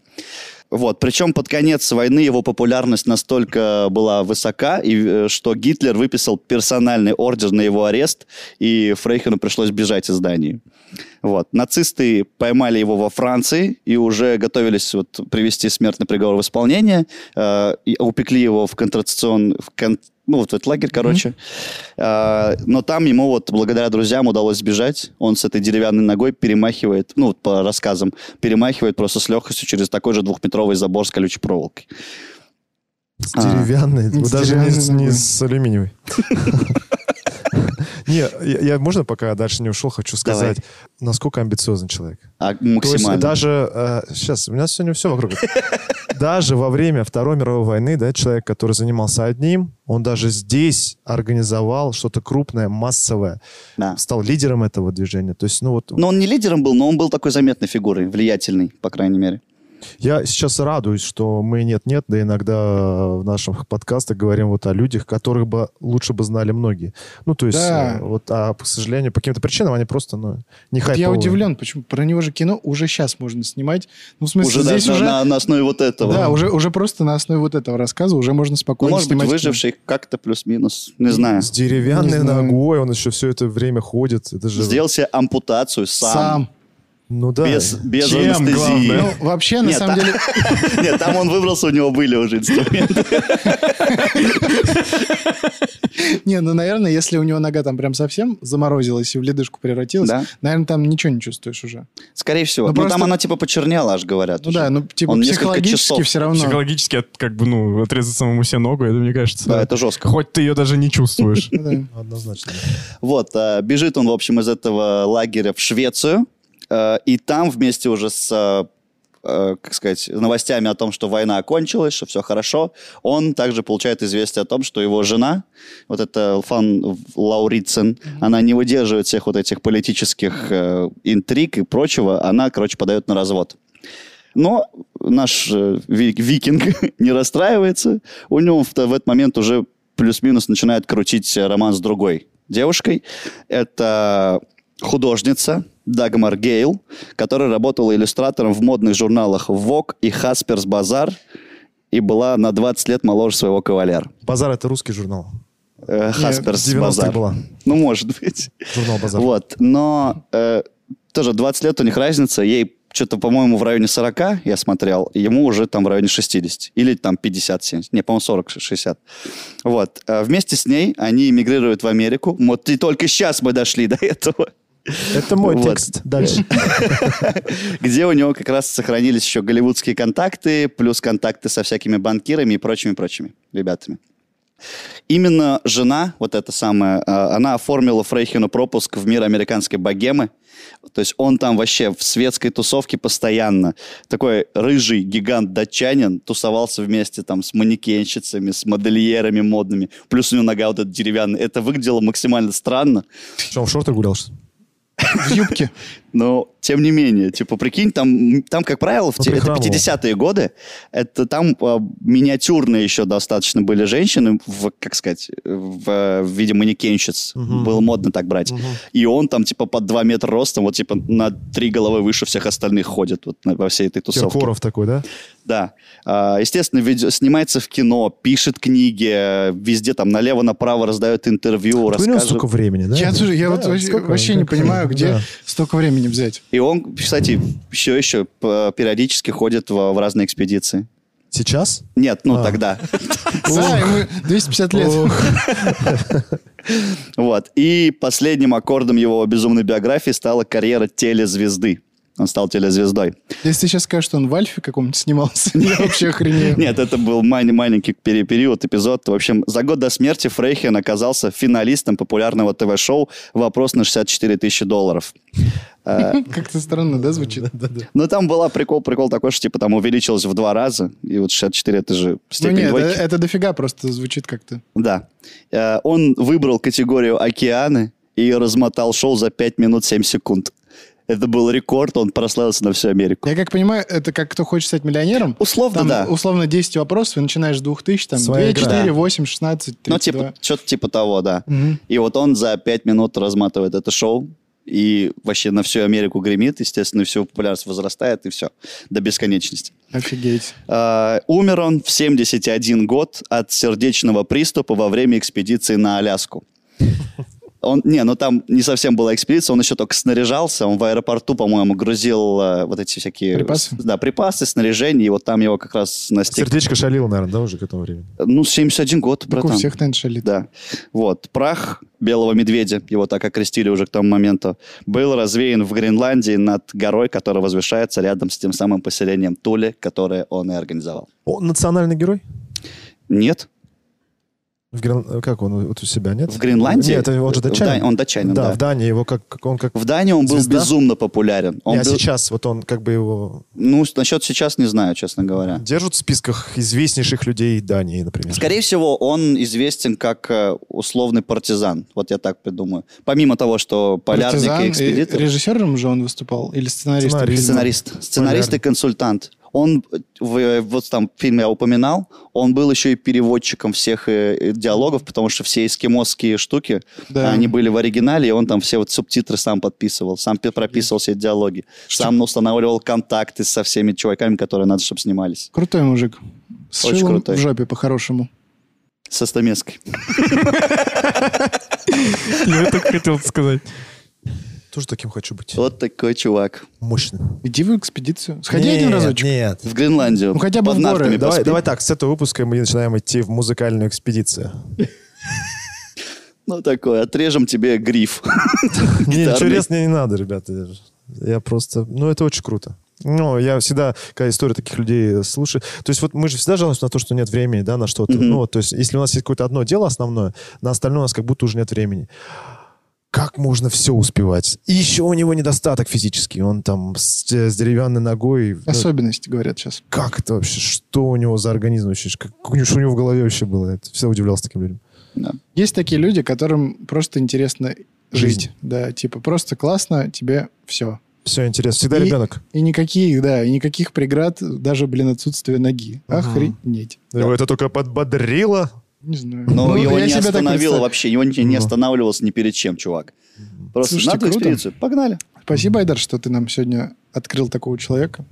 Вот, причем под конец войны его популярность настолько была высока, и, э, что Гитлер выписал персональный ордер на его арест, и Фрейхену пришлось бежать из Дании. Вот. Нацисты поймали его во Франции и уже готовились вот, привести смертный приговор в исполнение. Э, и упекли его в контрацепцион... В кон- ну, вот этот лагерь, короче. Э, но там ему вот благодаря друзьям удалось сбежать. Он с этой деревянной ногой перемахивает, ну, вот по рассказам, перемахивает просто с легкостью через такой же двухметровый забор с колючей проволокой.
С
А.
деревянной,
С
даже не с-
деревянной
не
ногой.
с алюминиевой. Не, я- я можно пока дальше не ушел, хочу
Давай.
сказать, насколько амбициозный человек.
А,
То есть
максимально.
даже э, сейчас у меня сегодня все вокруг. Даже во время Второй мировой войны, да, человек, который занимался одним, он даже здесь организовал что-то крупное, массовое,
Да.
стал лидером этого движения. То есть, ну вот,
Но он не лидером был, но он был такой заметной фигурой, влиятельной, по крайней мере.
я сейчас радуюсь, что мы нет-нет, да иногда в наших подкастах говорим вот о людях, которых бы лучше бы знали многие. Ну, то есть,
Да.
э, вот, а, к сожалению, по каким-то причинам они просто, ну, не
Вот Я
хайповые.
удивлен, почему про него же кино уже сейчас можно снимать. Ну, в смысле,
уже да,
здесь
на,
уже...
на- на основе вот этого.
Да, уже, уже просто на основе вот этого рассказа уже можно
Ну,
спокойно
может быть,
снимать.
выживший как-то плюс-минус. Не знаю.
С деревянной
Не знаю.
ногой он еще все это время ходит. Это же...
Сделал себе ампутацию сам.
Сам.
Ну да.
Без, без
Чем,
анестезии.
главное?
Ну, вообще, на
Нет,
самом
а-
деле...
Нет, там он выбрался, у него были уже инструменты.
Не, ну, наверное, если у него нога там прям совсем заморозилась и в ледышку превратилась,
Да.
наверное, там ничего не чувствуешь уже.
Скорее всего.
Ну,
Но там
просто-
она типа почернела, аж говорят.
Ну
уже.
да, ну, типа,
Он несколько
психологически
часов.
все равно.
Психологически, от- как бы, ну, отрезать самому себе ногу, это, мне кажется...
Да, это жестко.
Хоть ты ее даже не чувствуешь.
Ну да.
Однозначно.
Вот, а, бежит он, в общем, из этого лагеря в Швецию, э, и там вместе уже с, э, э, как сказать, новостями о том, что война окончилась, что все хорошо, он также получает известие о том, что его жена, вот эта Фан Лаурицин, она не выдерживает всех вот этих политических э, интриг и прочего, она, короче, подает на развод. Но наш э, ви- викинг не расстраивается. У него в, т- в этот момент уже плюс-минус начинает крутить э, роман с другой девушкой. Это художница Дагмар Гейл, которая работала иллюстратором в модных журналах Vogue и Хасперс Базар и была на 20 лет моложе своего кавалера.
Базар это русский журнал.
Э,
С
Хасперс
90-х
Базар.
была.
Ну, может быть.
Журнал Базар.
Вот, но э, Тоже 20 лет у них разница. Ей что-то, по-моему, в районе 40 я смотрел, ему уже там в районе 60. Или там 50-70. Не, по-моему, 40-60. Вот. А Вместе с ней они эмигрируют в Америку. Вот и только сейчас мы дошли до этого.
Это мой
Вот.
текст. Дальше.
где у него как раз сохранились еще голливудские контакты, плюс контакты со всякими банкирами и прочими-прочими ребятами. Именно жена, вот эта самая, э, она оформила Фрейхину пропуск в мир американской богемы. То есть он там вообще в светской тусовке постоянно. Такой рыжий гигант-датчанин тусовался вместе там с манекенщицами, с модельерами модными. Плюс у него нога вот эта деревянная. Это выглядело максимально странно.
Что, он в шортах гулял? что ли?
В юбке.
Но, тем не менее, типа, прикинь, там, там как правило, в
Ну,
те- это
прихрамывал.
50-е годы, это там а, миниатюрные еще достаточно были женщины, в, как сказать, в, в виде манекенщиц.
Мгм.
Было модно так брать.
Мгм.
И он там, типа, под 2 метра ростом, вот, типа, на три головы выше всех остальных ходит вот, на- во всей этой тусовке.
Киркоров такой, да?
Да. А, Естественно, видео, снимается в кино, пишет книги, э, везде там налево-направо раздает интервью,
Откуда Ну, у него
рассказывает.
столько времени, да?
Я тоже- я
Да,
вот вообще
сколько?
вообще не
Как-
понимаю, где
да.
столько времени взять.
И он, кстати, все еще п- периодически ходит в, в разные экспедиции.
Сейчас?
Нет, ну
А.
тогда.
Да, ему 250 лет.
Вот. И последним аккордом его безумной биографии стала карьера телезвезды. Он стал телезвездой.
Если ты сейчас скажешь, что он в Альфе каком-нибудь снимался, я вообще охренею.
Нет, это был мани- маленький пере- период, эпизод. В общем, за год до смерти Фрейхен оказался финалистом популярного ТВ-шоу «Вопрос на 64 тысячи долларов». Э,
Как-то странно, да, звучит? Ну
Но там была прикол, прикол такой, что типа там увеличилось в два раза, и вот 64 это же
Ну
степень
нет,
двойки.
это- это дофига просто звучит как-то.
Да. Э, Он выбрал категорию «Океаны» и размотал шоу за 5 минут 7 секунд. Это был рекорд, он прославился на всю Америку.
Я как понимаю, это как кто хочет стать миллионером.
Условно,
Там,
да. Ну,
условно, 10 вопросов, и начинаешь с 2000, там, 2,
Своя игра.
4, 8, 16, 32.
Ну, типа, что-то типа того, да.
Мгм.
И вот он за 5 минут разматывает это шоу, и вообще на всю Америку гремит, естественно, и всё, популярность возрастает, и все, до бесконечности.
Офигеть.
Э, умер он в 71 год от сердечного приступа во время экспедиции на Аляску. Он, не, ну там не совсем была экспедиция, он еще только снаряжался, он в аэропорту, по-моему, грузил э, вот эти всякие...
Припасы?
Да, припасы, снаряжение, и вот там его как раз настиг...
Сердечко шалило, наверное, да, уже к этому времени?
Ну, 71 год,
Так
братан.
у всех, наверное, шалит.
Да. Вот. Прах белого медведя, его так окрестили уже к тому моменту, был развеян в Гренландии над горой, которая возвышается рядом с тем самым поселением Туле, которое он и организовал.
Он национальный герой?
Нет,
В Грен- Как он? Вот у себя, нет?
В Гренландии?
Нет, он же
В Дан-
датчанин.
он датчанин, да.
в Дании его как... как- Он как...
В Дании он был
Звезда?
безумно популярен. Он
Не, а
был-
сейчас вот он как бы его
Ну, с- насчет сейчас не знаю, честно говоря.
держат в списках известнейших людей Дании, например.
Скорее всего, он известен как э, условный партизан. Вот я так придумаю. Помимо того, что полярник
Партизан
и
и
экспедитор.
Режиссером же он выступал? Или сценаристом?
Сценарист.
фильма?
Сценарист. Сценарист и
Полярник.
консультант. Он, э, в, э, вот там фильм я упоминал, он был еще и переводчиком всех э, э, диалогов, потому что все эскимосские штуки,
Да.
они были в оригинале, и он там все вот субтитры сам подписывал, сам пи- прописывал все диалоги, сам устанавливал контакты со всеми чуваками, которые надо, чтобы снимались.
Крутой мужик. С
Очень
шилом
крутой.
в жопе, по-хорошему.
Со Стамеской.
Я так хотел сказать.
Тоже таким хочу быть.
Вот такой чувак.
Мощным.
Иди в экспедицию. Сходи один
Нет,
разочек.
Нет.
В Гренландию.
Ну, хотя бы
под
в горы,
нартами
Давай,
поспи.
давай так, с этого выпуска мы начинаем идти в музыкальную экспедицию.
Ну, такой, отрежем тебе гриф.
Не,
Гитарный.
ничего резать мне не надо, ребята. Я просто... Ну, это очень круто. Ну, я всегда, когда историю таких людей слушаю... То есть вот мы же всегда жалуемся на то, что нет времени, да, на что-то.
Мгм.
Ну, то есть если у нас есть какое-то одно дело основное, на остальное у нас как будто уже нет времени. Как можно все успевать? И еще у него недостаток физический. Он там с, с деревянной ногой. Ну,
Особенности, говорят сейчас.
как это вообще? Что у него за организм вообще? Как, что у него в голове вообще было? Я всегда удивлялся таким людям.
Да.
Есть такие люди, которым просто интересно жить.
Жизнь.
Да, типа просто классно, тебе все.
Все интересно. Всегда
И-
ребенок.
И никаких, да, и никаких преград, даже, блин, отсутствие ноги.
Ага.
Охренеть.
Его это только подбодрило.
Не знаю.
Но
Ну,
его
я
не
себе так
остановило
представляю.
вообще, его не, не
Ну.
останавливалось ни перед чем, чувак. Просто
Слушайте,
надо в
круто.
экспедицию. Погнали.
Спасибо, Айдар, что ты нам сегодня открыл такого человека.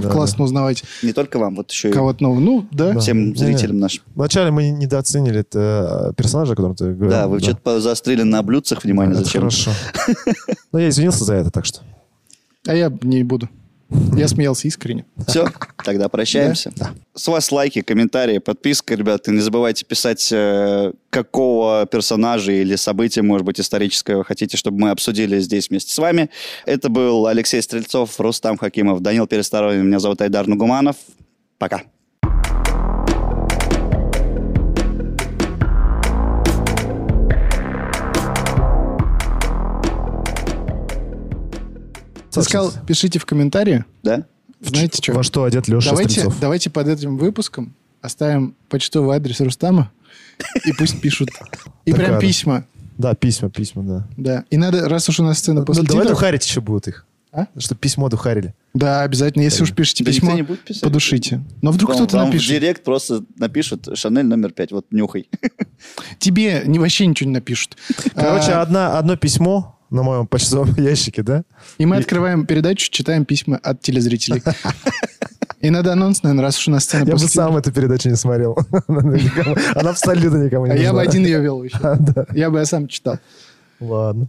Да, да,
классно
да.
узнавать
Не только вам, вот еще и
кого-то нового. Ну, да.
Да.
всем зрителям нашим.
Вначале мы недооценили это э, персонажа, о котором ты говорил.
Да, вы что-то заострили на блюдцах внимание
Это
зачем?
Хорошо. Но я извинился за это, так что.
А я не буду. Я смеялся искренне.
Все, тогда прощаемся. С вас лайки, комментарии, подписка, ребята. Не забывайте писать, э, какого персонажа или события, может быть, исторического хотите, чтобы мы обсудили здесь вместе с вами. Это был Алексей Стрельцов, Рустам Хакимов, Данил Пересторонин. Меня зовут Айдар Нугуманов. Пока.
Ты сказал, пишите в комментарии.
Да?
Знаете что?
Во что одет Леша
Давайте,
Стрельцов?
давайте под этим выпуском оставим почтовый адрес Рустама, и пусть пишут. И
Так,
прям
ладно.
письма.
Да, письма, письма, да.
Да. И надо, раз уж у нас сцена
Ну,
после
давай
титров,
духарить еще будут их.
А?
Чтобы письмо духарили.
Да, обязательно. Если уж пишете
Да
письмо,
никто не будет писать.
подушите. Но вдруг
Вам-
кто-то
вам
напишет.
в директ просто напишут «Шанель номер пять». Вот нюхай.
Тебе не, вообще ничего не напишут.
Короче,
А,
одна, одно письмо на моем почтовом ящике, да?
и мы открываем передачу, читаем письма от телезрителей. И надо анонс, наверное, раз уж у нас сцена
Я бы
после
сам эту передачу не смотрел. Она никому- она абсолютно никому
титров.
не
А я бы
нужна.
один ее вел еще. Я бы я сам читал.
Ладно.